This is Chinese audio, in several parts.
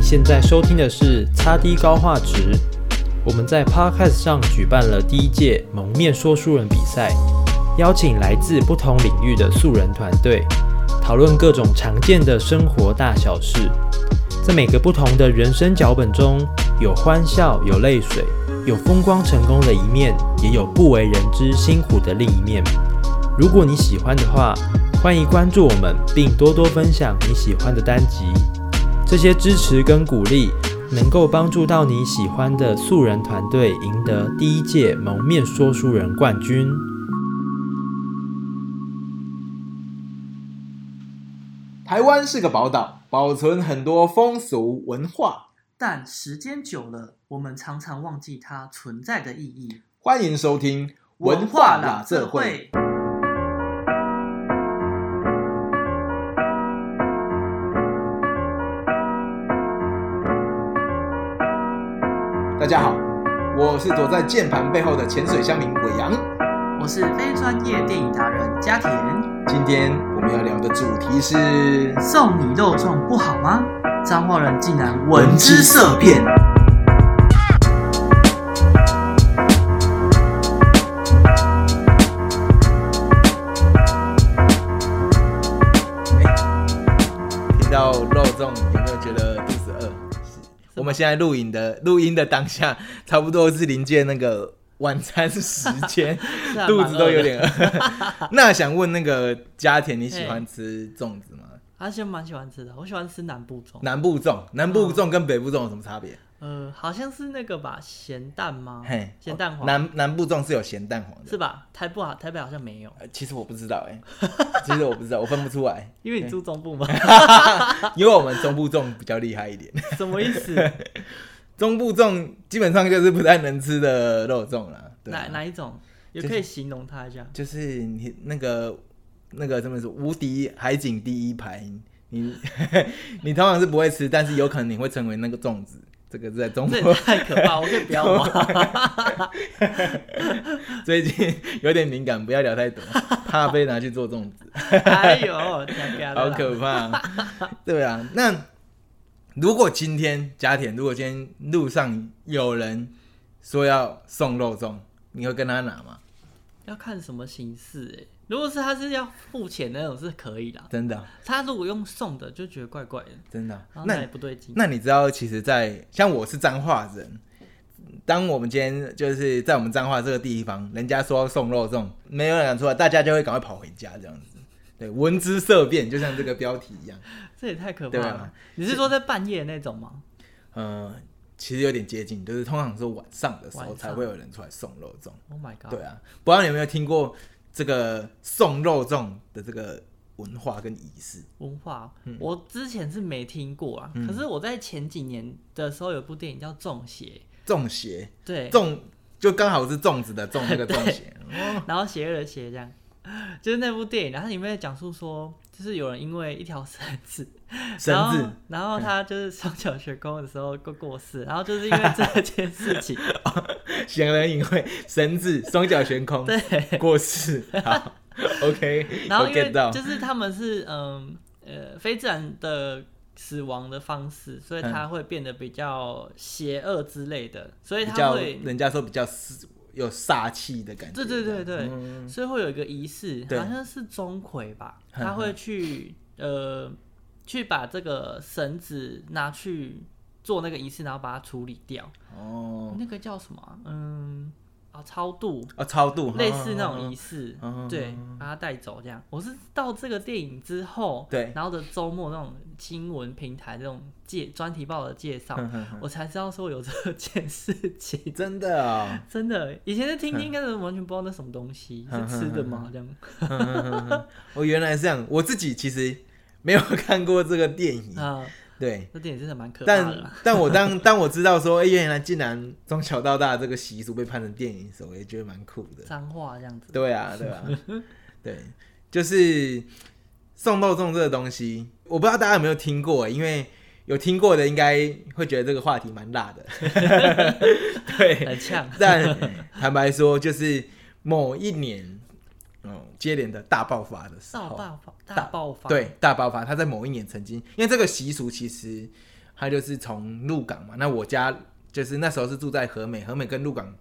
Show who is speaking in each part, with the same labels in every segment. Speaker 1: 现在收听的是《擦低高画质》，我们在 Podcast 上举办了第一届蒙面说书人比赛，邀请来自不同领域的素人团队，讨论各种常见的生活大小事。在每个不同的人生脚本中，有欢笑，有泪水，有风光成功的一面，也有不为人知辛苦的另一面。如果你喜欢的话，欢迎关注我们，并多多分享你喜欢的单集。这些支持跟鼓励，能够帮助到你喜欢的素人团队赢得第一届蒙面说书人冠军。
Speaker 2: 台湾是个宝岛，保存很多风俗文化。
Speaker 3: 但时间久了，我们常常忘记它存在的意义。
Speaker 2: 欢迎收听《
Speaker 3: 文化喇这会》，
Speaker 2: 大家好，我是躲在键盘背后的潜水乡民伟阳。
Speaker 3: 我是非专业电影达人家田。
Speaker 2: 今天我们要聊的主题是
Speaker 3: 送你肉粽不好吗？彰化人竟然闻之色变。
Speaker 2: 听到肉粽，有没有觉得肚子饿？我们现在录影的录音的当下，差不多是临界那个晚餐时间
Speaker 3: 是啊，
Speaker 2: 肚子都有点
Speaker 3: 蛮
Speaker 2: 饿。 那想问那个家田，你喜欢吃粽子吗？
Speaker 3: 而且蛮喜欢吃的，我喜欢吃南部粽。
Speaker 2: 南部粽，南部粽跟北部粽有什么差别？
Speaker 3: 呃，好像是那个吧，咸蛋吗
Speaker 2: 嘿？，
Speaker 3: 咸蛋黄
Speaker 2: 南南部粽是有咸蛋黄的。
Speaker 3: 是吧？台北好，台北好像没有，
Speaker 2: 呃其实我不知道哎、 其实我不知道，我分不出 来，
Speaker 3: 因为你住中部嘛。
Speaker 2: 因为我们中部粽比较厉害一点，
Speaker 3: 什么意思？
Speaker 2: 中部粽基本上就是不太能吃的肉粽啦。对啊
Speaker 3: 哪，哪一种？也
Speaker 2: 就是
Speaker 3: 可以形容它一下。
Speaker 2: 就是你那个那个怎么说，无敌海景第一排，你 你通常是不会吃，但是有可能你会成为那个粽子。这个是在中
Speaker 3: 这
Speaker 2: 国
Speaker 3: 也太可怕，我可以不要吗？
Speaker 2: 最近有点敏感，不要聊太多，怕被拿去做粽子。
Speaker 3: 哎呦，太尴尬
Speaker 2: 好
Speaker 3: 了
Speaker 2: 可怕，对啊。那如果今天家田，如果今天路上有人说要送肉粽，你会跟他拿吗？
Speaker 3: 要看什么形式哎、如果是他是要付钱那种是可以啦，
Speaker 2: 真的 啊，
Speaker 3: 他如果用送的就觉得怪怪的，
Speaker 2: 真的啊。
Speaker 3: 然后那
Speaker 2: 那
Speaker 3: 也不对劲。
Speaker 2: 那你知道，其实在，像我是彰化人，当我们今天就是在我们彰化这个地方，人家说要送肉粽，没有人敢出来，大家就会赶快跑回家这样子。对，闻之色变，就像这个标题一样。
Speaker 3: 这也太可怕
Speaker 2: 对
Speaker 3: 了。
Speaker 2: 啊
Speaker 3: 你是说在半夜那种吗？
Speaker 2: 呃，其实有点接近，就是通常是晚上的时候
Speaker 3: 晚
Speaker 2: 才
Speaker 3: 上
Speaker 2: 会有人出来送肉粽。
Speaker 3: ？Oh my god！
Speaker 2: 对啊，不知道你有没有听过这个送肉粽的这个文化跟仪式？
Speaker 3: 文化，
Speaker 2: 嗯
Speaker 3: 我之前是没听过啊，可是我在前几年的时候有部电影叫《中邪
Speaker 2: 粽邪，》，
Speaker 3: 对，
Speaker 2: 粽就刚好是粽子的粽，那个粽 哦邪。
Speaker 3: 然后邪恶的邪这样，就是那部电影，然后里面讲述说，就是有人因为一条绳子，
Speaker 2: 绳
Speaker 3: 然后
Speaker 2: 子，
Speaker 3: 然后他就是双脚悬空的时候过过世，然后就是因为这件 事情，
Speaker 2: 显而易会，绳子，双脚悬空，
Speaker 3: 对，
Speaker 2: 过世。好，OK，
Speaker 3: 然后
Speaker 2: 我
Speaker 3: 因
Speaker 2: get
Speaker 3: 为
Speaker 2: 到，
Speaker 3: 就是他们是嗯呃非自然的死亡的方式，所以
Speaker 2: 嗯
Speaker 3: 他会变得比较邪恶之类的，所以
Speaker 2: 比
Speaker 3: 他
Speaker 2: 较
Speaker 3: 会
Speaker 2: 人家说比较是有煞气的感觉。
Speaker 3: 对对对对，
Speaker 2: 嗯
Speaker 3: 所以会有一个仪式，
Speaker 2: 对嗯
Speaker 3: 好像是钟馗吧，
Speaker 2: 哼
Speaker 3: 他会去
Speaker 2: 嗯
Speaker 3: 呃去把这个绳子拿去做那个仪式，然后把它处理掉，
Speaker 2: 哦，
Speaker 3: 那个叫什么啊、嗯啊超度，
Speaker 2: 啊，超度，
Speaker 3: 类似那种
Speaker 2: 仪。
Speaker 3: 仪式，
Speaker 2: 嗯
Speaker 3: 对，把它带走这样。我是到这个电影之后，
Speaker 2: 对
Speaker 3: 然后的周末那种新闻平台这种介专题报的介绍，
Speaker 2: 嗯嗯嗯
Speaker 3: 我才知道说有这件事情。
Speaker 2: 真的啊、
Speaker 3: 真的，以前是听听，但是完全不知道那什么东西
Speaker 2: 嗯
Speaker 3: 是吃的吗？这样，
Speaker 2: 我哦原来是这样，我自己其实没有看过这个电影，
Speaker 3: 啊，
Speaker 2: 对，
Speaker 3: 这电影真的蛮可怕的
Speaker 2: 但
Speaker 3: 啦。
Speaker 2: 但我当当我知道说，哎、原来竟然从小到大这个习俗被拍成电影的时候，我也觉得蛮酷的。
Speaker 3: 脏话这样子，
Speaker 2: 对啊，对啊， 对，就是送肉粽这个东西，我不知道大家有没有听过，因为有听过的应该会觉得这个话题蛮辣的。 对，
Speaker 3: 很呛。
Speaker 2: 但坦白说，就是某一年，嗯，接连的大爆发的时
Speaker 3: 大
Speaker 2: 候，
Speaker 3: 爆发，大爆发，，
Speaker 2: 对，大爆发。他在某一年曾经，因为这个习俗其实，他就是从鹿港嘛，那我家就是那时候是住在和美，和美跟鹿港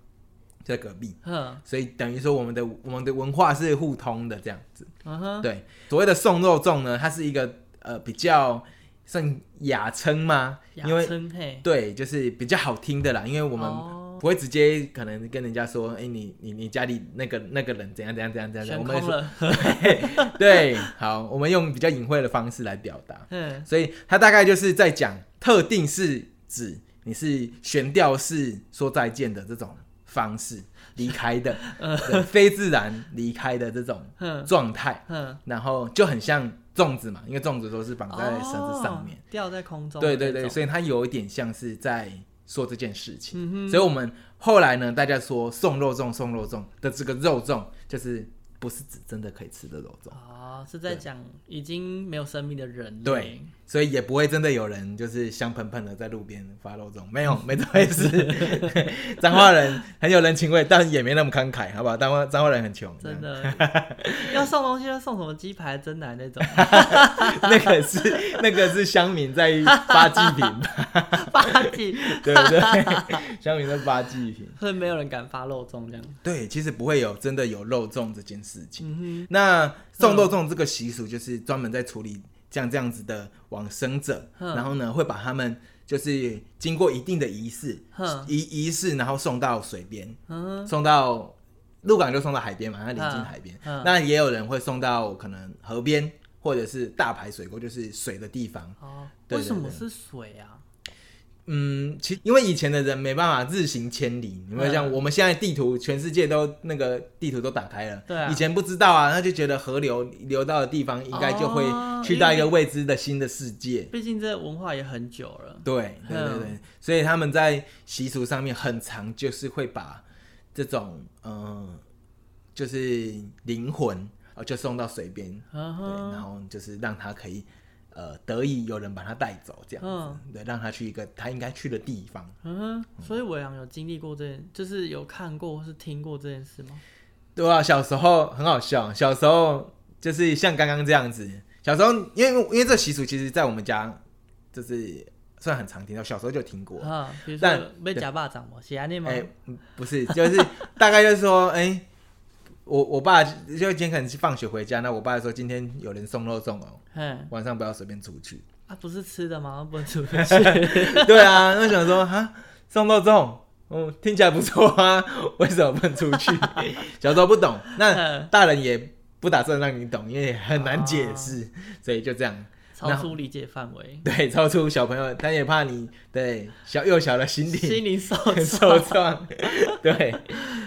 Speaker 2: 在隔壁，
Speaker 3: 哼，
Speaker 2: 所以等于说我们的我们的文化是互通的这样子。
Speaker 3: 嗯哼，
Speaker 2: 对，所谓的送肉粽呢，它是一个呃比较算雅称吗？
Speaker 3: 雅
Speaker 2: 因为
Speaker 3: 称嘿，
Speaker 2: 对，就是比较好听的啦，因为我们
Speaker 3: 哦
Speaker 2: 不会直接可能跟人家说，哎、你你你家里那个那个人怎样怎样怎样怎样怎样，
Speaker 3: 悬
Speaker 2: 我们会
Speaker 3: 空
Speaker 2: 说
Speaker 3: 了，
Speaker 2: 对，好，我们用比较隐晦的方式来表达，
Speaker 3: 嗯，
Speaker 2: 所以他大概就是在讲特定是指你是悬吊式说再见的这种方式离开 的，对非自然离开的这种
Speaker 3: 哼，
Speaker 2: 状态，
Speaker 3: 哼，
Speaker 2: 然后就很像粽子嘛，因为粽子都是绑在绳子上面
Speaker 3: 哦，吊在空中的
Speaker 2: 对
Speaker 3: 那种，
Speaker 2: 对对，所以它有一点像是在说这件事情。
Speaker 3: 嗯哼
Speaker 2: 所以我们后来呢，大家说送肉粽送肉粽的这个肉粽，就是不是指真的可以吃的肉粽，
Speaker 3: 哦，是在
Speaker 2: 对
Speaker 3: 讲已经没有生命的人了
Speaker 2: 对，所以也不会真的有人就是香喷喷的在路边发肉粽， 没有，没这回事。 彰化人很有人情味，但也没那么慷慨，好不好？彰化彰化人很穷，
Speaker 3: 真的
Speaker 2: 嗯
Speaker 3: 要送东西就送什么鸡排、蒸奶那种，
Speaker 2: 那个是那个是乡民在发祭 品，
Speaker 3: 发起
Speaker 2: 对不对？乡民在发祭品。
Speaker 3: 会没有人敢发肉粽这样。
Speaker 2: 对，其实不会有真的有肉粽这件事情。
Speaker 3: 嗯
Speaker 2: 那送肉粽这个习俗就是专门在处理像这样子的往生者，
Speaker 3: 嗯
Speaker 2: 然后呢会把他们就是经过一定的仪式
Speaker 3: 嗯
Speaker 2: 仪仪式，然后送到水边，
Speaker 3: 哼，嗯
Speaker 2: 送到鹿港就送到海边嘛，它临近
Speaker 3: 嗯
Speaker 2: 海边。
Speaker 3: 嗯
Speaker 2: 那也有人会送到可能河边或者是大排水沟，就是水的地方。
Speaker 3: 哼，哦，
Speaker 2: 对
Speaker 3: 为什
Speaker 2: 对
Speaker 3: 么
Speaker 2: 对
Speaker 3: 是水啊？
Speaker 2: 嗯，其因为以前的人没办法日行千里，你们像
Speaker 3: 嗯
Speaker 2: 我们现在地图，全世界都那个地图都打开了。
Speaker 3: 对啊
Speaker 2: 以前不知道啊，他就觉得河流流到的地方应该就会
Speaker 3: 哦
Speaker 2: 去到一个未知的新的世界。
Speaker 3: 毕竟这文化也很久了。
Speaker 2: 对对对
Speaker 3: 嗯
Speaker 2: 对，所以他们在习俗上面很常就是会把这种嗯、呃就是灵魂呃就送到水边，
Speaker 3: 嗯
Speaker 2: 对，
Speaker 3: 哼，
Speaker 2: 然后就是让他可以呃得以有人把他带走这样子，
Speaker 3: 嗯
Speaker 2: 对，让他去一个他应该去的地方。
Speaker 3: 嗯哼，所以伟阳有经历过这件，就是有看过或是听过这件事吗？
Speaker 2: 对啊，小时候很好笑，小时候就是像刚刚这样子。小时候，因为因为这习俗，其实在我们家就是算很常听到，小时候就听过。
Speaker 3: 啊，比如说
Speaker 2: 但
Speaker 3: 被夹巴掌吗？是安内吗
Speaker 2: 哎、？嗯不是，就是 大概就是说，哎、我我爸就今天可能是放学回家，那我爸说今天有人送肉粽哦，
Speaker 3: 嗯，
Speaker 2: 晚上不要随便出去。
Speaker 3: 啊，不是吃的吗？不 能出去。
Speaker 2: 对啊，那想说哈，送肉粽，嗯，听起来不错啊， 为什么不能出 去？小时候不懂，那
Speaker 3: 嗯
Speaker 2: 大人也不打算让你懂，因为很难解释，
Speaker 3: 哦
Speaker 2: 所以就这样。
Speaker 3: 超出理解范围，
Speaker 2: 对，超出小朋友，他也怕你对小幼小的心
Speaker 3: 心
Speaker 2: 灵
Speaker 3: 灵受
Speaker 2: 受
Speaker 3: 创。
Speaker 2: 创， 对，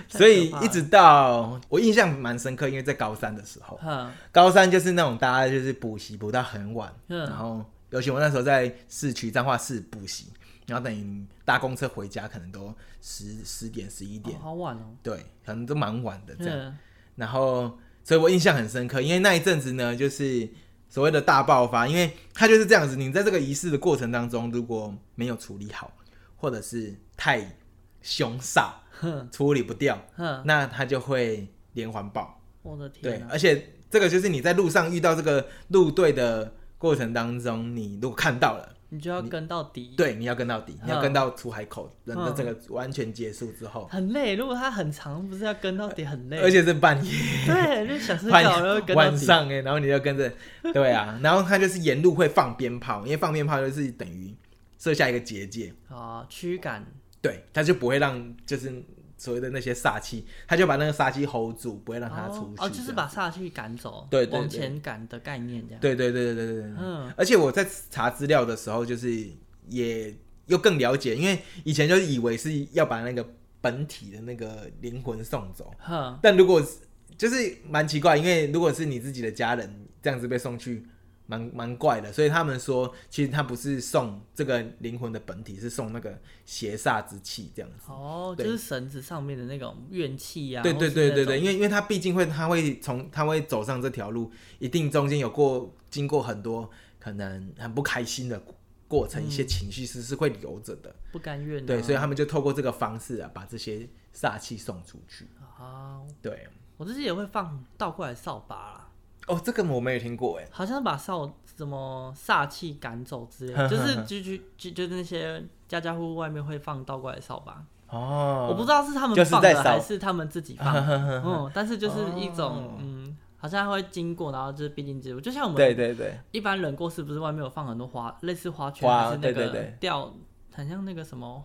Speaker 2: 所以
Speaker 3: 怕了
Speaker 2: 一直到我印象蛮深刻，因为在高三的时候，
Speaker 3: 嗯
Speaker 2: 高三就是那种大家就是补习补到很晚，
Speaker 3: 嗯
Speaker 2: 然后尤其我那时候在市区彰化市补习，然后等于搭公车回家可能都十十点十一点，
Speaker 3: 哦好晚哦。
Speaker 2: 对，可能都蛮晚的这样。
Speaker 3: 嗯
Speaker 2: 然后，所以我印象很深刻，因为那一阵子呢，就是所谓的大爆发，因为它就是这样子，你在这个仪式的过程当中，如果没有处理好，或者是太凶煞
Speaker 3: 哼
Speaker 2: 处理不掉，
Speaker 3: 哼，
Speaker 2: 那它就会连环爆。
Speaker 3: 我的
Speaker 2: 对
Speaker 3: 天，啊！
Speaker 2: 而且这个就是你在路上遇到这个路队的过程当中，你如果看到了，
Speaker 3: 你就要跟到底。
Speaker 2: 对，你要跟到底，你要跟到出海口，等到
Speaker 3: 嗯
Speaker 2: 这个完全结束之后，
Speaker 3: 很累，如果它很长，不是要跟到底很累，
Speaker 2: 而且是半 夜
Speaker 3: 对，就想睡
Speaker 2: 半
Speaker 3: 觉，然后跟到
Speaker 2: 晚
Speaker 3: 底。
Speaker 2: 上哎、然后你就跟着，对 啊，然后他就是沿路会放鞭炮，因为放鞭炮就是等于设下一个结界，
Speaker 3: 啊，驱赶，
Speaker 2: 对，他就不会让就是所谓的那些煞气，他就把那个煞气 hold 住，不会让它出
Speaker 3: 哦
Speaker 2: 去，
Speaker 3: 哦，就是
Speaker 2: 这样
Speaker 3: 把煞气赶走，
Speaker 2: 对对对
Speaker 3: 往前赶的概念这样。
Speaker 2: 对对对对对对对，
Speaker 3: 嗯
Speaker 2: 而且我在查资料的时候，就是也又更了解，因为以前就是以为是要把那个本体的那个灵魂送走，
Speaker 3: 哼，
Speaker 2: 但如果是就是蛮奇怪，因为如果是你自己的家人这样子被送去，蛮蛮怪的，所以他们说，其实他不是送这个灵魂的本体，是送那个邪煞之气这样子。
Speaker 3: 哦，就
Speaker 2: 对
Speaker 3: 是绳子上面的那种怨气呀、啊。
Speaker 2: 对对对对对，因
Speaker 3: 为
Speaker 2: 为因为他毕竟会，他会从他会走上这条路，一定中间有过经过很多可能很不开心的过程，一些情绪是是会留着的。
Speaker 3: 不甘愿、啊。
Speaker 2: 对，所以他们就透过这个方式啊，把这些煞气送出去。
Speaker 3: 啊，
Speaker 2: 对，
Speaker 3: 我自己也会放倒过来扫把啦。
Speaker 2: 哦，这个我没有听过哎。
Speaker 3: 好像把少什么煞气赶走之类 的，就是就就就就是那些家家户户外面会放倒过来的扫把，
Speaker 2: 哦，
Speaker 3: 我不知道是他们
Speaker 2: 就是
Speaker 3: 放
Speaker 2: 在
Speaker 3: 的
Speaker 2: 扫哦
Speaker 3: 还是他们自己放 的，嗯，但是就是一种嗯，好像会经过，然后就是必经之路，就像我
Speaker 2: 对
Speaker 3: 们
Speaker 2: 对对，
Speaker 3: 一般人过世不是外面有放很多花，类似花圈
Speaker 2: 花
Speaker 3: 还是那
Speaker 2: 对对
Speaker 3: 个
Speaker 2: 对
Speaker 3: 吊，很像那个什么。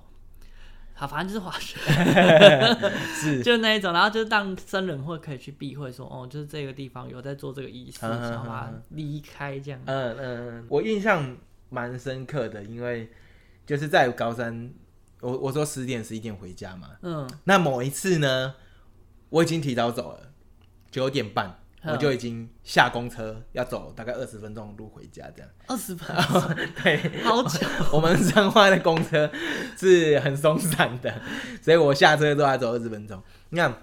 Speaker 3: 啊，反正就是花圈，
Speaker 2: 是
Speaker 3: 就那一种，然后就让僧人会可以去避讳说，哦，就是这个地方有在做这个仪式，
Speaker 2: 嗯嗯嗯
Speaker 3: 想要把它离开这样。
Speaker 2: 嗯嗯嗯，我印象蛮深刻的，因为就是在我高三，我我说十点十一点回家嘛，
Speaker 3: 嗯，
Speaker 2: 那某一次呢，我已经提早走了，九点半。
Speaker 3: 嗯
Speaker 2: 我就已经下公车，要走大概二十分钟的路回家，这样。
Speaker 3: 二十 分，
Speaker 2: 对，
Speaker 3: 好 久。
Speaker 2: 我们彰化的公车是很松散的， 所以我下车都要走二十分钟。你看，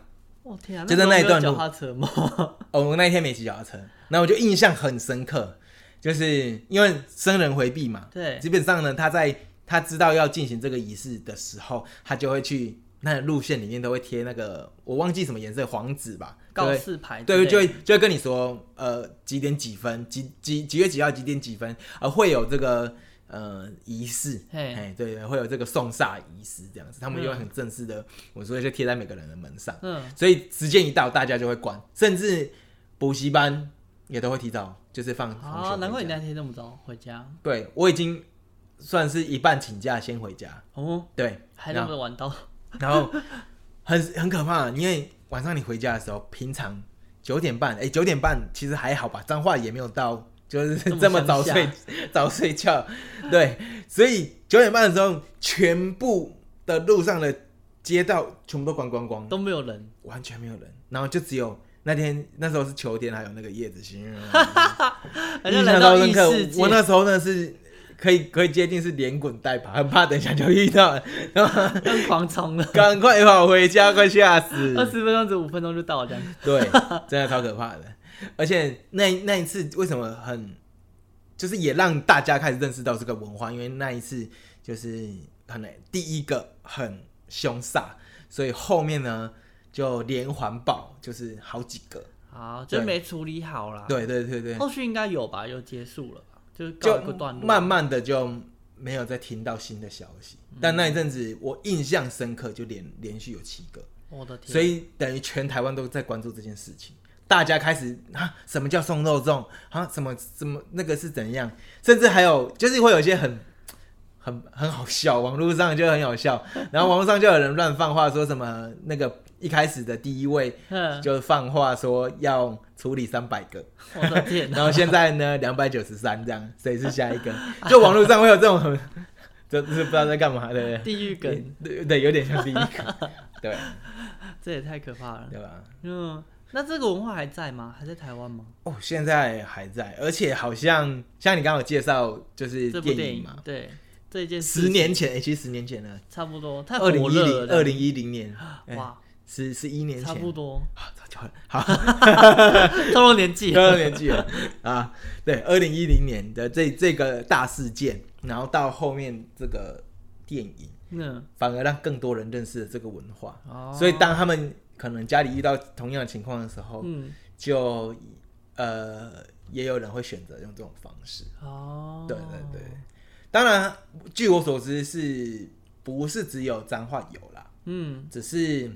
Speaker 3: 我天啊！
Speaker 2: 就在
Speaker 3: 那
Speaker 2: 那一段
Speaker 3: 时候
Speaker 2: 路
Speaker 3: 没有脚踏车吗？
Speaker 2: 哦，我那一天没骑脚踏车，那我就印象很深刻，就是因为生人回避嘛，
Speaker 3: 对
Speaker 2: 基本上呢，他在他知道要进行这个仪式的时候，他就会去那路线里面都会贴那个我忘记什么颜色黄纸吧，
Speaker 3: 告
Speaker 2: 对
Speaker 3: 示牌之
Speaker 2: 对，
Speaker 3: 类的，
Speaker 2: 就会就会跟你说，呃，几点几分，几几几月几号几点几分，呃，会有这个呃仪式，
Speaker 3: 嘿
Speaker 2: 哎，对对，会有这个送煞仪式这样子，他们就会很正式的，我说就贴在每个人的门上，
Speaker 3: 嗯，
Speaker 2: 所以时间一到，大家就会关，甚至补习班也都会提早，就是放同学回家。
Speaker 3: 哦，难怪你那天那么早回家，
Speaker 2: 对我已经算是一半请假先回家，
Speaker 3: 哦，
Speaker 2: 对，
Speaker 3: 还那
Speaker 2: 然后
Speaker 3: 么晚到，
Speaker 2: 然后很很可怕，因为晚上你回家的时候，平常九点半，哎，九点半其实还好吧，脏话也没有到，就是
Speaker 3: 这么
Speaker 2: 这么早
Speaker 3: 乡
Speaker 2: 睡早睡觉，对，所以九点半的时候，全部的路上的街道全部都关光光，
Speaker 3: 都没有人，
Speaker 2: 完全没有人，然后就只有那天那时候是秋天，还有那个叶子星，
Speaker 3: 好像
Speaker 2: 印
Speaker 3: 来
Speaker 2: 象超
Speaker 3: 到
Speaker 2: 深
Speaker 3: 异世
Speaker 2: 刻。
Speaker 3: 界。
Speaker 2: 我那时候呢是可以可以接近是连滚带爬，很怕等一下就遇到了，然后
Speaker 3: 更狂冲了，
Speaker 2: 赶快跑回家，快吓
Speaker 3: 二
Speaker 2: 死！
Speaker 3: 十分钟只五分钟就到了，这样。
Speaker 2: 对，真的超可怕的。而且那那一次为什么很，就是也让大家开始认识到这个文化，因为那一次就是可能第一个很凶煞，所以后面呢就连环爆，就是好几个。
Speaker 3: 好，就
Speaker 2: 对
Speaker 3: 没处理好啦。，
Speaker 2: 对对对对，
Speaker 3: 后续应该有吧，有结束了吧，就是告
Speaker 2: 就
Speaker 3: 哦一个段落。
Speaker 2: 慢慢的就没有再听到新的消息。但那一阵
Speaker 3: 嗯
Speaker 2: 子我印象深刻，就连连续有七个，
Speaker 3: 我的天，
Speaker 2: 所以等于全台湾都在关注这件事情。大家开始啊，什么叫送肉粽啊？什么什么那个是怎样？甚至还有就是会有一些很很很好笑，网络上就很好 笑，然后网络上就有人乱放话说什么那个一开始的第一位
Speaker 3: 嗯，
Speaker 2: 就放话说要处理三百个，
Speaker 3: 我的 天啊
Speaker 2: 然后现在呢，两百九十三这样，谁是下一 个？就网络上会有这种很， 就是不知道在干嘛 的，
Speaker 3: 地狱梗，
Speaker 2: 对对，有点像第一个， 对
Speaker 3: 这也太可怕了。
Speaker 2: 对吧？
Speaker 3: 嗯，那这个文化还在吗？还在台湾吗？
Speaker 2: 哦，现在还在，而且好像像你刚刚有介绍，就是
Speaker 3: 这部
Speaker 2: 电
Speaker 3: 电
Speaker 2: 影
Speaker 3: 影
Speaker 2: 嘛，，
Speaker 3: 对，这件事
Speaker 2: 十年前，哎、其实十年前了，
Speaker 3: 差不多，太火
Speaker 2: 二零一
Speaker 3: 热
Speaker 2: 零
Speaker 3: 了。
Speaker 2: 二零一零年，
Speaker 3: 哇，
Speaker 2: 十十一年前，
Speaker 3: 差不多，
Speaker 2: 啊，早就好，
Speaker 3: 透露年纪
Speaker 2: 多。少年纪了啊？对，二零一零年的这这个大事件，然后到后面这个电影。
Speaker 3: 嗯，
Speaker 2: 反而让更多人认识了这个文化。
Speaker 3: 哦
Speaker 2: 所以当他们可能家里遇到同样的情况的时候，
Speaker 3: 嗯，
Speaker 2: 就呃也有人会选择用这种方式。
Speaker 3: 哦，
Speaker 2: 对对对，当然，据我所知是不是只有脏话有啦？
Speaker 3: 嗯，
Speaker 2: 只是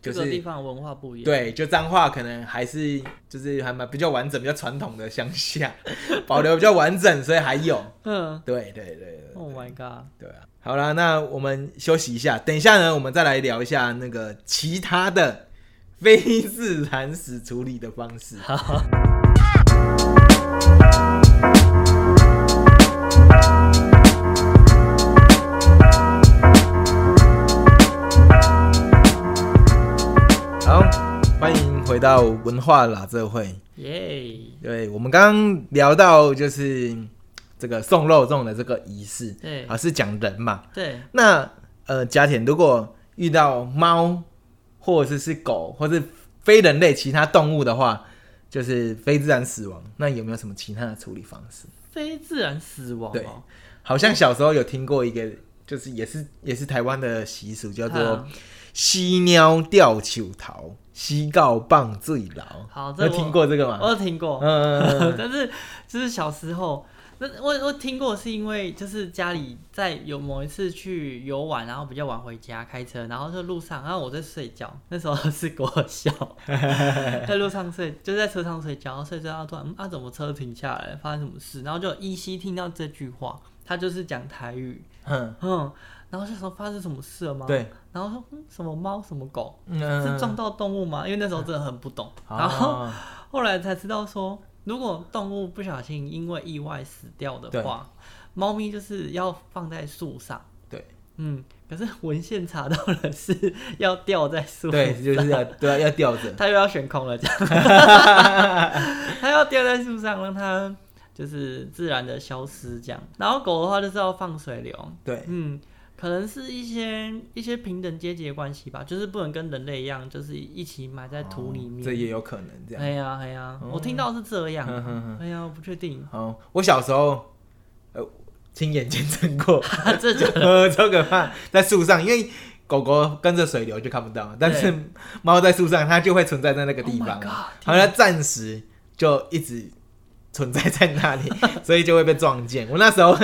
Speaker 2: 就
Speaker 3: 这个地
Speaker 2: 是。
Speaker 3: 方文化不一样。，
Speaker 2: 对，就脏话可能还是就是还蛮比较完整、比较传统的乡下， 保留比较完整，所以还有。
Speaker 3: 嗯
Speaker 2: 对对对对对
Speaker 3: ，Oh my god，
Speaker 2: 对啊，好啦，那我们休息一下，等一下呢，我们再来聊一下那个其他的非自然死处理的方式。好，欢迎回到文化喇这会。
Speaker 3: 耶！
Speaker 2: 对，我们刚刚聊到就是这个送肉粽的这个仪式，
Speaker 3: 对
Speaker 2: 啊是讲人嘛。
Speaker 3: 对，
Speaker 2: 那呃，佳田，如果遇到猫或者是是狗，或是非人类其他动物的话，就是非自然死亡，那有没有什么其他的处理方式？
Speaker 3: 非自然死亡
Speaker 2: 对
Speaker 3: 哦，
Speaker 2: 好像小时候有听过一个，就是也是也是台湾的习俗，叫做
Speaker 3: 嗯
Speaker 2: 西鸟吊球桃，西告棒最老。
Speaker 3: 好，这
Speaker 2: 有
Speaker 3: 我
Speaker 2: 听，过这个吗？
Speaker 3: 我有听过，
Speaker 2: 嗯， 嗯嗯
Speaker 3: 但是就是小时候，那我我听过是因为就是家里在有某一次去游玩，然后比较晚回家开车，然后就路上，然后我在睡觉，那时候 是国 小，在路上睡，就是在车上睡觉，然后睡着，然后突然嗯啊怎么车停下来了，发生什么事，然后就依稀听到这句话，他就是讲台语，
Speaker 2: 嗯，
Speaker 3: 嗯，然后就说发生什么事了吗？，
Speaker 2: 对，
Speaker 3: 然后说、嗯、什么猫什么狗。
Speaker 2: 嗯，
Speaker 3: 是撞到动物吗？因为那时候真的很不懂，
Speaker 2: 哦
Speaker 3: 然后后来才知道说，如果动物不小心因为意外死掉的话，猫咪就是要放在树上。
Speaker 2: 对，
Speaker 3: 嗯，可是文献查到了是要吊在树，
Speaker 2: 对，就是要对啊要吊着，
Speaker 3: 它又要悬空了，这样， 它要吊在树上，让它就是自然的消失这样。然后狗的话就是要放水流，
Speaker 2: 对，
Speaker 3: 嗯，可能是一些一些平等阶级的关系吧，就是不能跟人类一样，就是一起埋在土里面。
Speaker 2: 哦这也有可能这样。哦
Speaker 3: 哎呀哎呀，我听到是这样
Speaker 2: 嗯哼哼。，
Speaker 3: 哎呀，我不确定
Speaker 2: 好，我小时候呃亲眼见证过，
Speaker 3: 这就
Speaker 2: 呃，超可怕，在树上，因为狗狗跟着水流就看不到，但是猫在树上，它就会存在在那个地方
Speaker 3: Oh my god，
Speaker 2: 好像暂时就一直存在在那 里，所以就会被撞见。我那时候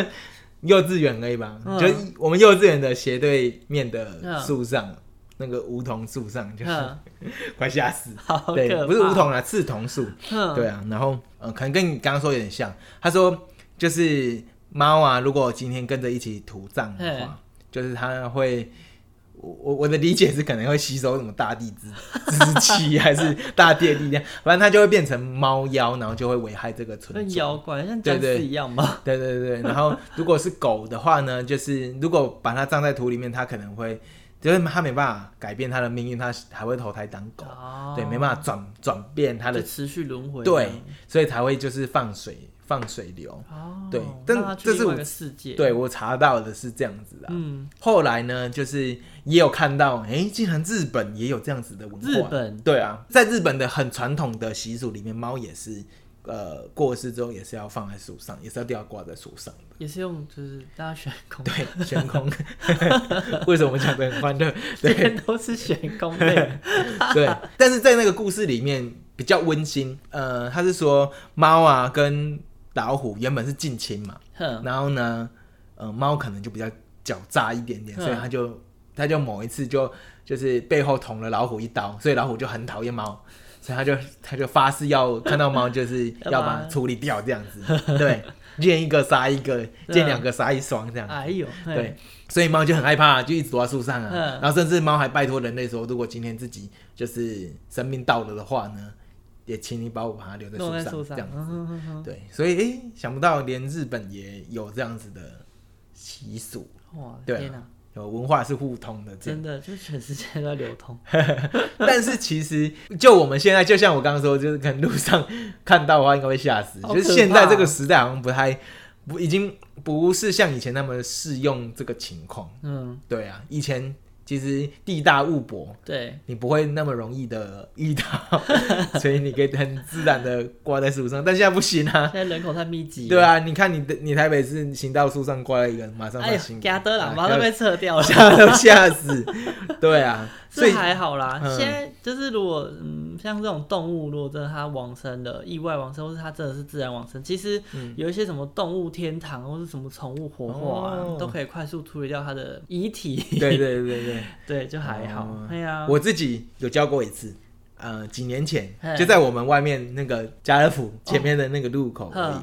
Speaker 2: 幼稚园而已吧，
Speaker 3: 嗯
Speaker 2: 就是我们幼稚园的斜对面的
Speaker 3: 嗯
Speaker 2: 树上。那个梧桐树上就是
Speaker 3: 嗯
Speaker 2: 快吓死，
Speaker 3: 好可
Speaker 2: 对，不是
Speaker 3: 怕
Speaker 2: 梧桐啦，啊刺桐树，
Speaker 3: 哼
Speaker 2: 对啊，然后呃，可能跟你刚刚说有点像。他说就是猫啊，如果今天跟着一起土葬的
Speaker 3: 嘿
Speaker 2: 话，就是它会，我我我的理解是可能会吸收什么大地之之气，还是大地的力量，反正它就会变成猫妖，然后就会危害这个
Speaker 3: 跟
Speaker 2: 村
Speaker 3: 妖
Speaker 2: 庄。
Speaker 3: 怪像
Speaker 2: 对
Speaker 3: 僵
Speaker 2: 对
Speaker 3: 尸一样嘛。
Speaker 2: 对对对， 然后如果是狗的话呢，就是如果把它葬在土里面，它可能会，就是它没办法改变它的命运，它还会投胎当狗，
Speaker 3: 哦
Speaker 2: 对，没办法转转变它的
Speaker 3: 就持续轮回。
Speaker 2: 对，所以才会就是放水放水流。
Speaker 3: 哦，
Speaker 2: 对
Speaker 3: 让
Speaker 2: 但
Speaker 3: 它去
Speaker 2: 这是
Speaker 3: 另外
Speaker 2: 我
Speaker 3: 一个世界。
Speaker 2: 对，我查到的是这样子的、
Speaker 3: 嗯，
Speaker 2: 后来呢，就是也有看到，哎、竟然日本也有这样子的文化。
Speaker 3: 日本
Speaker 2: 对啊，在日本的很传统的习俗里面，猫也是，呃，过世之后也是要放在树上，也是要吊挂在树 上的。
Speaker 3: 也是用就是大家悬空，
Speaker 2: 对，悬空。为什么我讲的很欢乐？
Speaker 3: 这
Speaker 2: 对
Speaker 3: 边都是悬空 的。
Speaker 2: 对，但是在那个故事里面比较温馨。呃，他是说猫啊跟老虎原本是近亲嘛，
Speaker 3: 哼，
Speaker 2: 然后呢，呃，猫可能就比较狡诈一点点，
Speaker 3: 嗯
Speaker 2: 所以它就它就某一次就就是背后捅了老虎一刀，所以老虎就很讨厌猫，所以它就它就发誓要看到猫就是
Speaker 3: 要
Speaker 2: 要
Speaker 3: 把
Speaker 2: 把它处理掉这样子，对，见一个杀一
Speaker 3: 嗯
Speaker 2: 个，见两个杀一双这样子。
Speaker 3: 哎呦，嘿
Speaker 2: 对，，所以猫就很害怕，就一直躲在树上啊
Speaker 3: 嗯。
Speaker 2: 然后甚至猫还拜托人类说，如果今天自己就是生命到了的话呢，也请你把我把它留在
Speaker 3: 弄在树
Speaker 2: 树上，
Speaker 3: 上
Speaker 2: 这样子。
Speaker 3: 嗯哼哼哼
Speaker 2: 对，所以诶，想不到连日本也有这样子的习俗，
Speaker 3: 嗯哇，
Speaker 2: 对啊
Speaker 3: 天哪，
Speaker 2: 有文化是互通的这样。
Speaker 3: 真的就是全世界都在流通。
Speaker 2: 但是其实就我们现在，就像我刚刚说，就是可能路上 看到的话，应该会吓死。
Speaker 3: 好
Speaker 2: 就是
Speaker 3: 可
Speaker 2: 现在
Speaker 3: 怕
Speaker 2: 这个时代好像不太不已经不是像以前那么适用这个情况。
Speaker 3: 嗯，
Speaker 2: 对啊，以前其实地大物博。
Speaker 3: 对，
Speaker 2: 你不会那么容易的遇到， 所以你可以很自然的挂在树上，但现在不行啊
Speaker 3: 现，在人口太密集。
Speaker 2: 对，啊，你看你的你台北市行道树上挂了一个，马上
Speaker 3: 哎
Speaker 2: 换
Speaker 3: 呦，
Speaker 2: 新
Speaker 3: 加德啦，
Speaker 2: 哎
Speaker 3: 马上被撤掉 了。
Speaker 2: 吓都吓死，对啊，所
Speaker 3: 这
Speaker 2: 以
Speaker 3: 还好啦，
Speaker 2: 嗯
Speaker 3: 现在就是如果嗯，像这种动物，如果真的它往生了，意外往生，或是它真的是自然往生，其实
Speaker 2: 嗯
Speaker 3: 有一些什么动物天堂，或是什么宠物火化啊，
Speaker 2: 哦
Speaker 3: 都可以快速处理掉它的遗体。
Speaker 2: 对对对对对，
Speaker 3: 对，就还好
Speaker 2: 哦。
Speaker 3: 哎呀，
Speaker 2: 我自己有教过一次。呃，几年前
Speaker 3: 嘿
Speaker 2: 就在我们外面那个家乐福前面的那个路口而已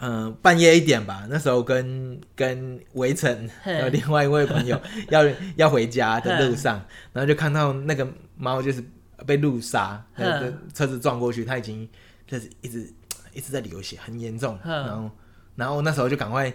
Speaker 3: 嗯，
Speaker 2: 嗯、半夜一点吧，那时候跟跟围城
Speaker 3: 嘿
Speaker 2: 还有另外一位 朋友要要回家的路上，然后就看到那个猫就是被路杀，
Speaker 3: 嗯
Speaker 2: 那个车子撞过去，它已经就是一直一直在流血，很严重。
Speaker 3: 嗯
Speaker 2: 然后然后那时候就赶快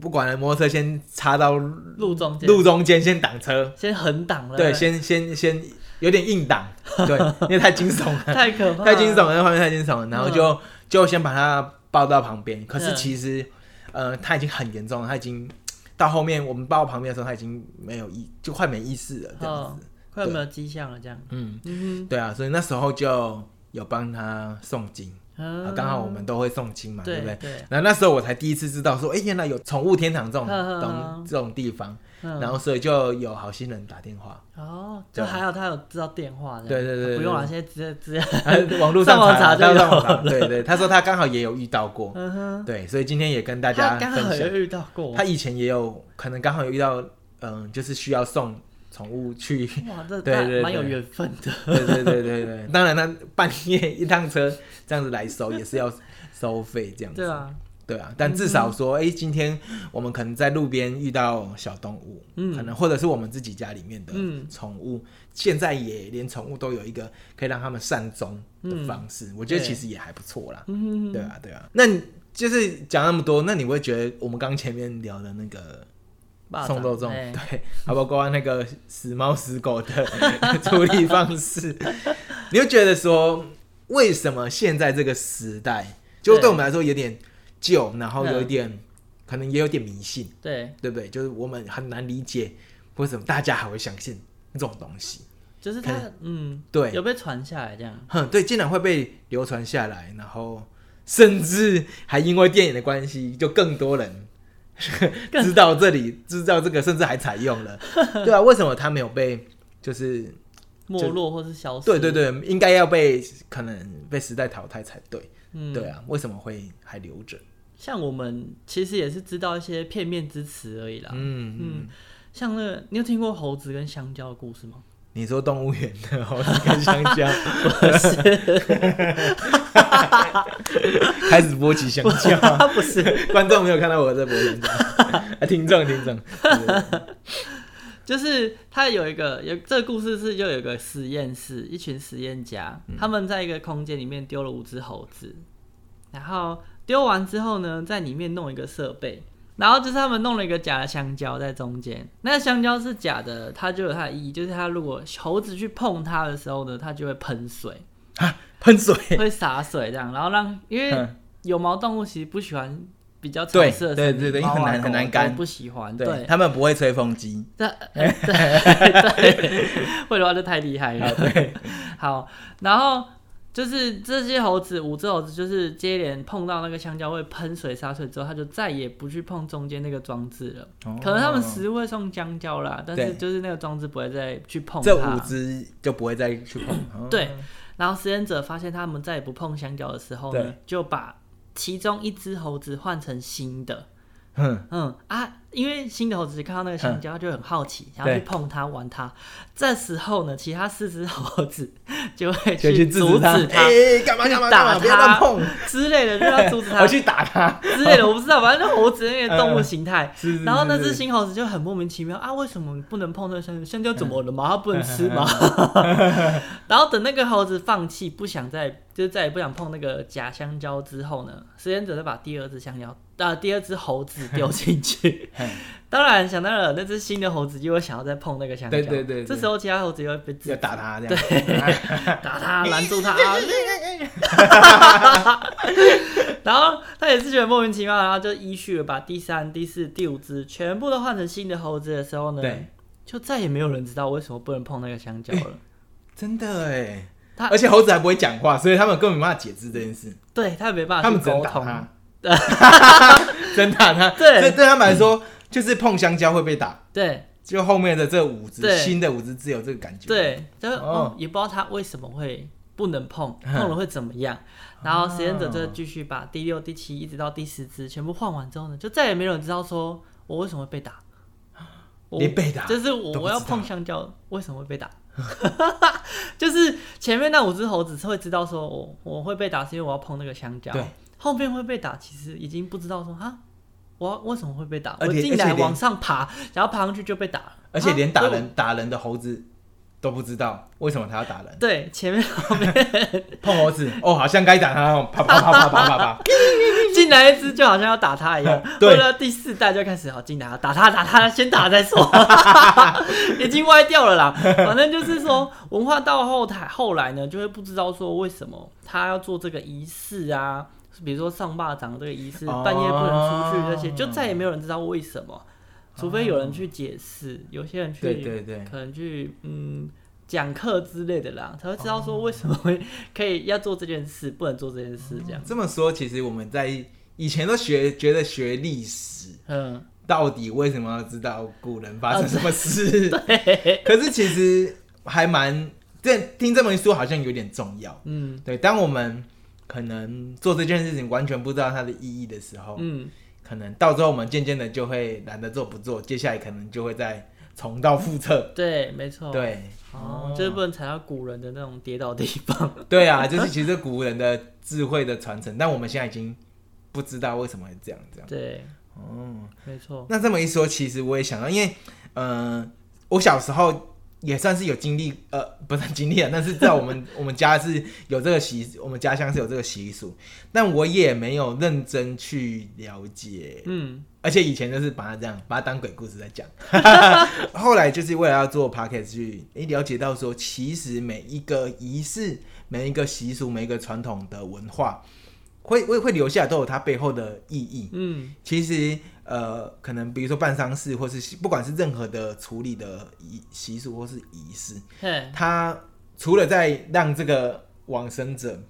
Speaker 2: 不管了，摩托车先插到路
Speaker 3: 路中间
Speaker 2: 中间先挡车，
Speaker 3: 先横挡了，
Speaker 2: 对，先先先有点硬挡，对，因为太惊悚了，
Speaker 3: 太嗯可怕 了，
Speaker 2: 太惊悚了，那画面太惊悚了，然后就、就先把它抱到旁边。可是
Speaker 3: 嗯
Speaker 2: 其实，呃，它已经很严重了，它已经到后面我们抱到旁边的时候，它已经没有意，就快没意识了这样
Speaker 3: 哦
Speaker 2: 子。，
Speaker 3: 快有没有迹象了？这样，
Speaker 2: 嗯，
Speaker 3: 嗯
Speaker 2: 对啊，所以那时候就有帮它诵经，
Speaker 3: 哼，
Speaker 2: 啊
Speaker 3: 嗯
Speaker 2: 刚、好我们都会送亲嘛，对
Speaker 3: 对
Speaker 2: 不对？
Speaker 3: 对
Speaker 2: 然后那时候我才第一次知道说，哎、原来有宠物天堂这种
Speaker 3: 嗯嗯嗯
Speaker 2: 东这种地方，
Speaker 3: 嗯
Speaker 2: 然后所以就有好心人打电话，
Speaker 3: 哦，就
Speaker 2: 对
Speaker 3: 还好他有知道电话的，
Speaker 2: 对对对对
Speaker 3: 不用了，现在直接直接，
Speaker 2: 啊 网络上
Speaker 3: 上网
Speaker 2: 查
Speaker 3: 查就有
Speaker 2: 上网查， 对对，他说他刚好也有遇到过，
Speaker 3: 嗯哼，
Speaker 2: 对，所以今天也跟大
Speaker 3: 他
Speaker 2: 家
Speaker 3: 刚好
Speaker 2: 分
Speaker 3: 有
Speaker 2: 享，
Speaker 3: 遇到过，
Speaker 2: 他以前也有可能刚好有遇到，嗯，就是需要送宠物去，
Speaker 3: 哇，这
Speaker 2: 对对对
Speaker 3: 蛮有缘分 的，
Speaker 2: 对对对对对，当然他半夜一趟车这样子来收也是要收费这样子，
Speaker 3: 对啊，嗯
Speaker 2: 对啊，但至少说，哎、今天我们可能在路边遇到小动物，
Speaker 3: 嗯
Speaker 2: 可能或者是我们自己家里面的
Speaker 3: 嗯
Speaker 2: 宠物，现在也连宠物都有一个可以让他们善终的方式，我觉得
Speaker 3: 嗯对
Speaker 2: 其实也还不错啦。
Speaker 3: 嗯
Speaker 2: 对啊，对啊，那你就是讲那么多，那你会觉得我们刚前面聊的那个
Speaker 3: 霸
Speaker 2: 送
Speaker 3: 掌
Speaker 2: 肉粽，
Speaker 3: 哎
Speaker 2: 对， 还包括那个死猫死狗的处理方 式，你会觉得说，为什么现在这个时代，就
Speaker 3: 对
Speaker 2: 对我们来说有点旧，然后有一
Speaker 3: 嗯
Speaker 2: 点、可能也有点迷信，
Speaker 3: 对，
Speaker 2: 对不对？就是我们很难理解为什么大家还会相信这种东西，
Speaker 3: 就是他
Speaker 2: 可，
Speaker 3: 嗯，
Speaker 2: 对
Speaker 3: 有被传下来这样，
Speaker 2: 哼，对，竟然会被流传下来，然后甚至还因为电影的关系，就更多人知道这里，知道这个，甚至还采用了。对啊，为什么他没有被？就是
Speaker 3: 没落或是消失，
Speaker 2: 对对，对，应该要被可能被时代淘汰才对。
Speaker 3: 嗯，
Speaker 2: 对啊，为什么会还留着？
Speaker 3: 像我们其实也是知道一些片面之词而已啦，
Speaker 2: 嗯嗯，
Speaker 3: 像那个你有听过猴子跟香蕉的故事吗？
Speaker 2: 你说动物园的猴子跟香 蕉开始播起香蕉。
Speaker 3: 他不是，
Speaker 2: 观众没有看到我在播香蕉， 啊，听众听众，
Speaker 3: 就是他有一个有这个故事是就有一个实验室，一群实验家，
Speaker 2: 嗯
Speaker 3: 他们在一个空间里面丢了五只猴子，然后丢完之后呢，在里面弄一个设备。然后就是他们弄了一个假的香蕉在中间，那个香蕉是假的，它就有它的意义，就是它如果猴子去碰它的时候呢，它就会喷水，
Speaker 2: 喷水。
Speaker 3: 会洒水这样，然后让因为
Speaker 2: 嗯
Speaker 3: 有毛动物其实不喜欢比较潮
Speaker 2: 对
Speaker 3: 湿的
Speaker 2: 对
Speaker 3: 森
Speaker 2: 对对
Speaker 3: 林
Speaker 2: 因为很
Speaker 3: 猫啊
Speaker 2: 难很
Speaker 3: 狗
Speaker 2: 难
Speaker 3: 都
Speaker 2: 干
Speaker 3: 不喜欢。
Speaker 2: 对
Speaker 3: 对，
Speaker 2: 他们不会吹风机，
Speaker 3: 那 呃对 对，会的话就太厉
Speaker 2: 啊
Speaker 3: 害了。好，然后就是这些猴子，五只猴子就是接连碰到那个香蕉会喷水洒水之后，它就再也不去碰中间那个装置了。可能他们食物会送香蕉啦，但是
Speaker 2: 哦对
Speaker 3: 就是那个装置不会再去碰它。
Speaker 2: 这五只就不会再去碰。哦
Speaker 3: 对，然后实验者发现他们再也不碰香蕉的时候呢
Speaker 2: 对，
Speaker 3: 就把其中一只猴子换成新的。
Speaker 2: 哼，
Speaker 3: 嗯啊，因为新的猴子看到那个香蕉它就很好奇，想要
Speaker 2: 嗯对
Speaker 3: 去碰它、玩它。这时候呢，其他四只猴子就会
Speaker 2: 就去制
Speaker 3: 阻
Speaker 2: 止
Speaker 3: 止
Speaker 2: 他。
Speaker 3: 它
Speaker 2: 哎，干嘛干嘛干
Speaker 3: 打
Speaker 2: 嘛，不要乱
Speaker 3: 它
Speaker 2: 碰，
Speaker 3: 之类的，就要阻止它
Speaker 2: 我去嗯打他。
Speaker 3: 之类的，我不知道，反正就猴子那个动物形态。
Speaker 2: 是
Speaker 3: 然后那
Speaker 2: 是
Speaker 3: 只
Speaker 2: 是
Speaker 3: 新猴子就很莫名其妙啊，为什么不能碰这个香蕉？香蕉怎么了嘛？它不能吃 嘛？然后等那个猴子放弃，不想再就是再也不想碰那个假香蕉之后呢，实验者就把第二只香蕉啊、第二只猴子丢进 去
Speaker 2: 嘿。
Speaker 3: 当然，想到了那只新的猴子就会想要再碰那个香蕉，
Speaker 2: 对对对对
Speaker 3: 这时候其他猴子就会被制止
Speaker 2: 要打他这样。
Speaker 3: 打 他，拦住他。啊然后他也是觉得莫名其妙，然后就依序地把第三、第四、第五只全部都换成新的猴子的时候呢，
Speaker 2: 对，
Speaker 3: 就再也没有人知道为什么不能碰那个香蕉 了。
Speaker 2: 真的哎。
Speaker 3: 他
Speaker 2: 而且猴子还不会讲话，所以他们根本没办法解释这件事，
Speaker 3: 对他也没办
Speaker 2: 他
Speaker 3: 啊法去
Speaker 2: 们只能
Speaker 3: 沟
Speaker 2: 打
Speaker 3: 通，
Speaker 2: 他， 真打他。
Speaker 3: 对
Speaker 2: 所以对他们来说，就是碰香蕉会被打，
Speaker 3: 对
Speaker 2: 就后面的这五只
Speaker 3: 对
Speaker 2: 新的五只只有这个感觉。，
Speaker 3: 对，就是
Speaker 2: 哦
Speaker 3: 哦，也不知道他为什么会不能碰，
Speaker 2: 嗯
Speaker 3: 碰了会怎么样。然后实验者就
Speaker 2: 哦
Speaker 3: 继续把第六、第七一直到第十只全部换完之后呢，就再也没有人知道说我为什么会被打。我
Speaker 2: 哦连被打
Speaker 3: 就是
Speaker 2: 都不知
Speaker 3: 我
Speaker 2: 道
Speaker 3: 我要碰香蕉，为什么会被打？ 就是前面那五只猴子是会知道说我我会被打是因为我要碰那个香蕉
Speaker 2: 对，
Speaker 3: 后面会被打其实已经不知道说哈，我要为什么会被打？
Speaker 2: 而
Speaker 3: 我
Speaker 2: 且
Speaker 3: 进
Speaker 2: 而
Speaker 3: 来
Speaker 2: 且连
Speaker 3: 往上爬，然后爬上去就被打了，
Speaker 2: 而且连打
Speaker 3: 啊
Speaker 2: 人打人的猴子都不知道为什么他要打人，
Speaker 3: 对，前面后面
Speaker 2: 碰猴子 哦，好像该打他哦，啪啪啪啪啪啪啪。
Speaker 3: 进来一只就好像要打他一样
Speaker 2: ，对
Speaker 3: 或者第四代就开始好进来打他打他，先打 再说，已经歪掉了啦。反正就是说，文化到后台后来呢，就会不知道说为什么他要做这个仪式啊，比如说上巴掌这个仪式，
Speaker 2: 哦
Speaker 3: 半夜不能出去这些，就再也没有人知道为什么，除非有人去解释，有些人去
Speaker 2: 哦对对对
Speaker 3: 可能去嗯讲课之类的啦，才会知道说为什么会 可以要做这件事，不能做这件事这样。
Speaker 2: 这么说，其实我们在以前都学觉得学历史，
Speaker 3: 嗯，
Speaker 2: 到底为什么要知道古人发生什么事？ 可是其实还蛮这听这么一说，好像有点重要。
Speaker 3: 嗯
Speaker 2: 对，当我们可能做这件事情完全不知道它的意义的时候，
Speaker 3: 嗯，
Speaker 2: 可能到最后我们渐渐的就会懒得做不做，接下来可能就会再重蹈覆辙。
Speaker 3: 对，没错。，
Speaker 2: 对，
Speaker 3: 哦，就是不能踩到古人的那种跌倒地方。
Speaker 2: 对啊，就是其实古人的智慧的传承，但我们现在已经不知道为什么会这样这样。
Speaker 3: 对，
Speaker 2: 哦，
Speaker 3: 没错。
Speaker 2: 那这么一说，其实我也想到，因为呃，我小时候也算是有经历，呃， 不是经历啊，但是在我们 我们家是有这个习，我们家乡是有这个习俗，但我也没有认真去了解，
Speaker 3: 嗯
Speaker 2: 而且以前就是把它这样，把它当鬼故事在讲。 后来就是为了要做 podcast 去，诶、了解到说，其实每一个仪式、每一个习俗、每一个传统的文化，会会会留下都有它背后的意义。
Speaker 3: 嗯
Speaker 2: 其实呃，可能比如说办丧事，或是不管是任何的处理的仪习俗或是仪式，
Speaker 3: 嘿，
Speaker 2: 它除了在让这个往生者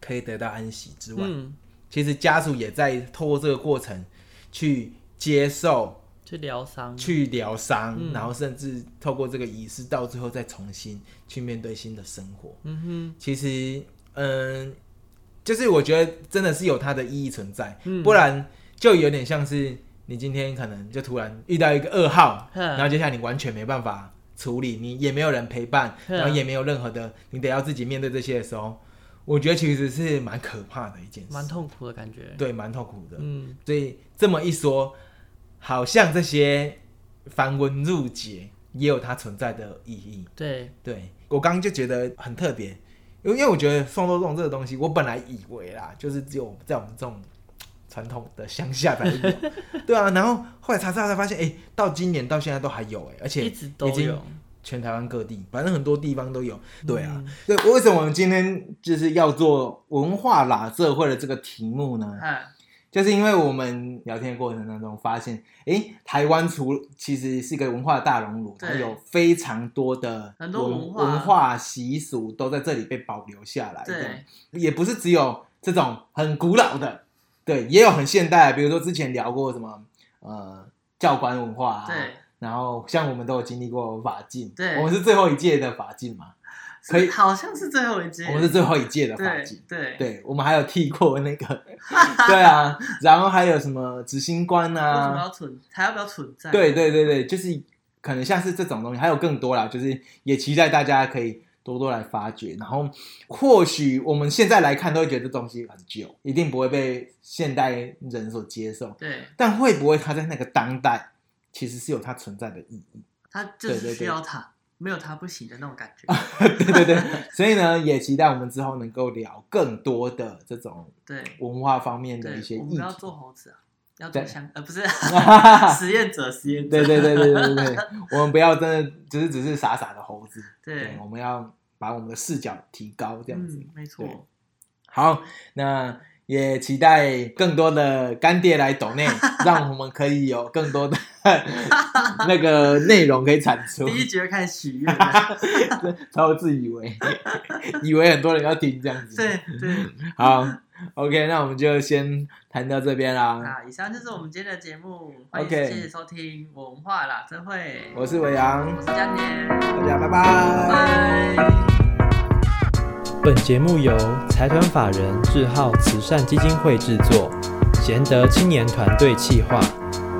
Speaker 2: 可以得到安息之外，
Speaker 3: 嗯，
Speaker 2: 其实家属也在透过这个过程去接受、
Speaker 3: 去疗伤。
Speaker 2: 去疗伤，
Speaker 3: 嗯
Speaker 2: 然后甚至透过这个仪式，到最后再重新去面对新的生活。
Speaker 3: 嗯
Speaker 2: 其实，嗯，就是我觉得真的是有它的意义存在，
Speaker 3: 嗯
Speaker 2: 不然就有点像是你今天可能就突然遇到一个噩耗，
Speaker 3: 哼
Speaker 2: 然后接下来你完全没办法处理，你也没有人陪伴，
Speaker 3: 哼
Speaker 2: 然后也没有任何的，你得要自己面对这些的时候，我觉得其实是蛮可怕的一件
Speaker 3: 哼，蛮
Speaker 2: 事，
Speaker 3: 痛苦的感觉。
Speaker 2: 对，蛮痛苦的。
Speaker 3: 嗯，
Speaker 2: 所以这么一说，好像这些繁文缛节也有它存在的意义。
Speaker 3: 对，
Speaker 2: 对我刚刚就觉得很特别，因为因为我觉得送肉粽这个东西，我本来以为啦，就是只有在我们这种传统的乡下才有，对啊。然后后来查查才发现，哎、到今年到现在都还有、哎，而
Speaker 3: 一
Speaker 2: 且
Speaker 3: 直都
Speaker 2: 已经
Speaker 3: 有。
Speaker 2: 全台湾各地，反正很多地方都有，对啊。对，为什么我们今天就是要做文化喇社会的这个题目呢？
Speaker 3: 哎，
Speaker 2: 就是因为我们聊天的过程当中发现，诶，台湾除其实是一个文化大熔炉，
Speaker 3: 对
Speaker 2: 它有非常多的
Speaker 3: 很多文
Speaker 2: 文
Speaker 3: 化
Speaker 2: 化习俗都在这里被保留下来的
Speaker 3: 对，，
Speaker 2: 也不是只有这种很古老的，对，也有很现代，比如说之前聊过什么呃教官文化、啊，
Speaker 3: 对，
Speaker 2: 然后像我们都有经历过法禁，
Speaker 3: 对
Speaker 2: 我们是最后一届的法禁嘛，可以
Speaker 3: 好像是最后一届
Speaker 2: 我们是最后一届的法禁
Speaker 3: 对。对
Speaker 2: 对，我们还有剃过那个， 对啊，然后还有什么执行官
Speaker 3: 为什么
Speaker 2: 啊，
Speaker 3: 要存？还要不要存在？
Speaker 2: 对对对对，就是可能像是这种东西，还有更多啦，就是也期待大家可以多多来发掘，然后或许我们现在来看都会觉得这东西很旧，一定不会被现代人所接受，
Speaker 3: 对，
Speaker 2: 但会不会它在那个当代其实是有它存在的意义？
Speaker 3: 他就
Speaker 2: 对对
Speaker 3: 是
Speaker 2: 对啊
Speaker 3: 需要他，没有他不行的那种感觉。
Speaker 2: 对对对，所以呢，也期待我们之后能够聊更多的这种
Speaker 3: 对
Speaker 2: 文化方面的
Speaker 3: 对
Speaker 2: 一些，
Speaker 3: 我
Speaker 2: 议题
Speaker 3: 们不。要 做猴子啊，要做
Speaker 2: 对
Speaker 3: 香呃 不是实验者实验者。
Speaker 2: 对对对对对对，对，我们不要真的只是只是傻傻的猴子，对
Speaker 3: 对，
Speaker 2: 我们要把我们的视角提高，这样子。
Speaker 3: 嗯，没
Speaker 2: 对
Speaker 3: 错。
Speaker 2: 好，那也期待更多的干爹来抖内， 让我们可以有更多的 那个内容可以产出
Speaker 3: 第，一节开始许愿 了，
Speaker 2: 才有自以为以为很多人要听这样子。
Speaker 3: 对 对
Speaker 2: 好，OK，那我们就先谈到这边啦。
Speaker 3: 啊，以上就是我们今天的节目，欢迎
Speaker 2: OK
Speaker 3: 谢谢收听文化啦，真会，
Speaker 2: 我是伟阳
Speaker 3: 我，是佳年，
Speaker 2: 大家拜拜
Speaker 3: 拜。
Speaker 1: 本节目由财团法人智浩慈善基金会制作，贤德青年团队企划。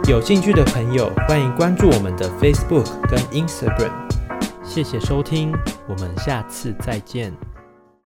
Speaker 1: 有兴趣的朋友，欢迎关注我们的 Facebook 跟 Instagram。谢谢收听，我们下次再见。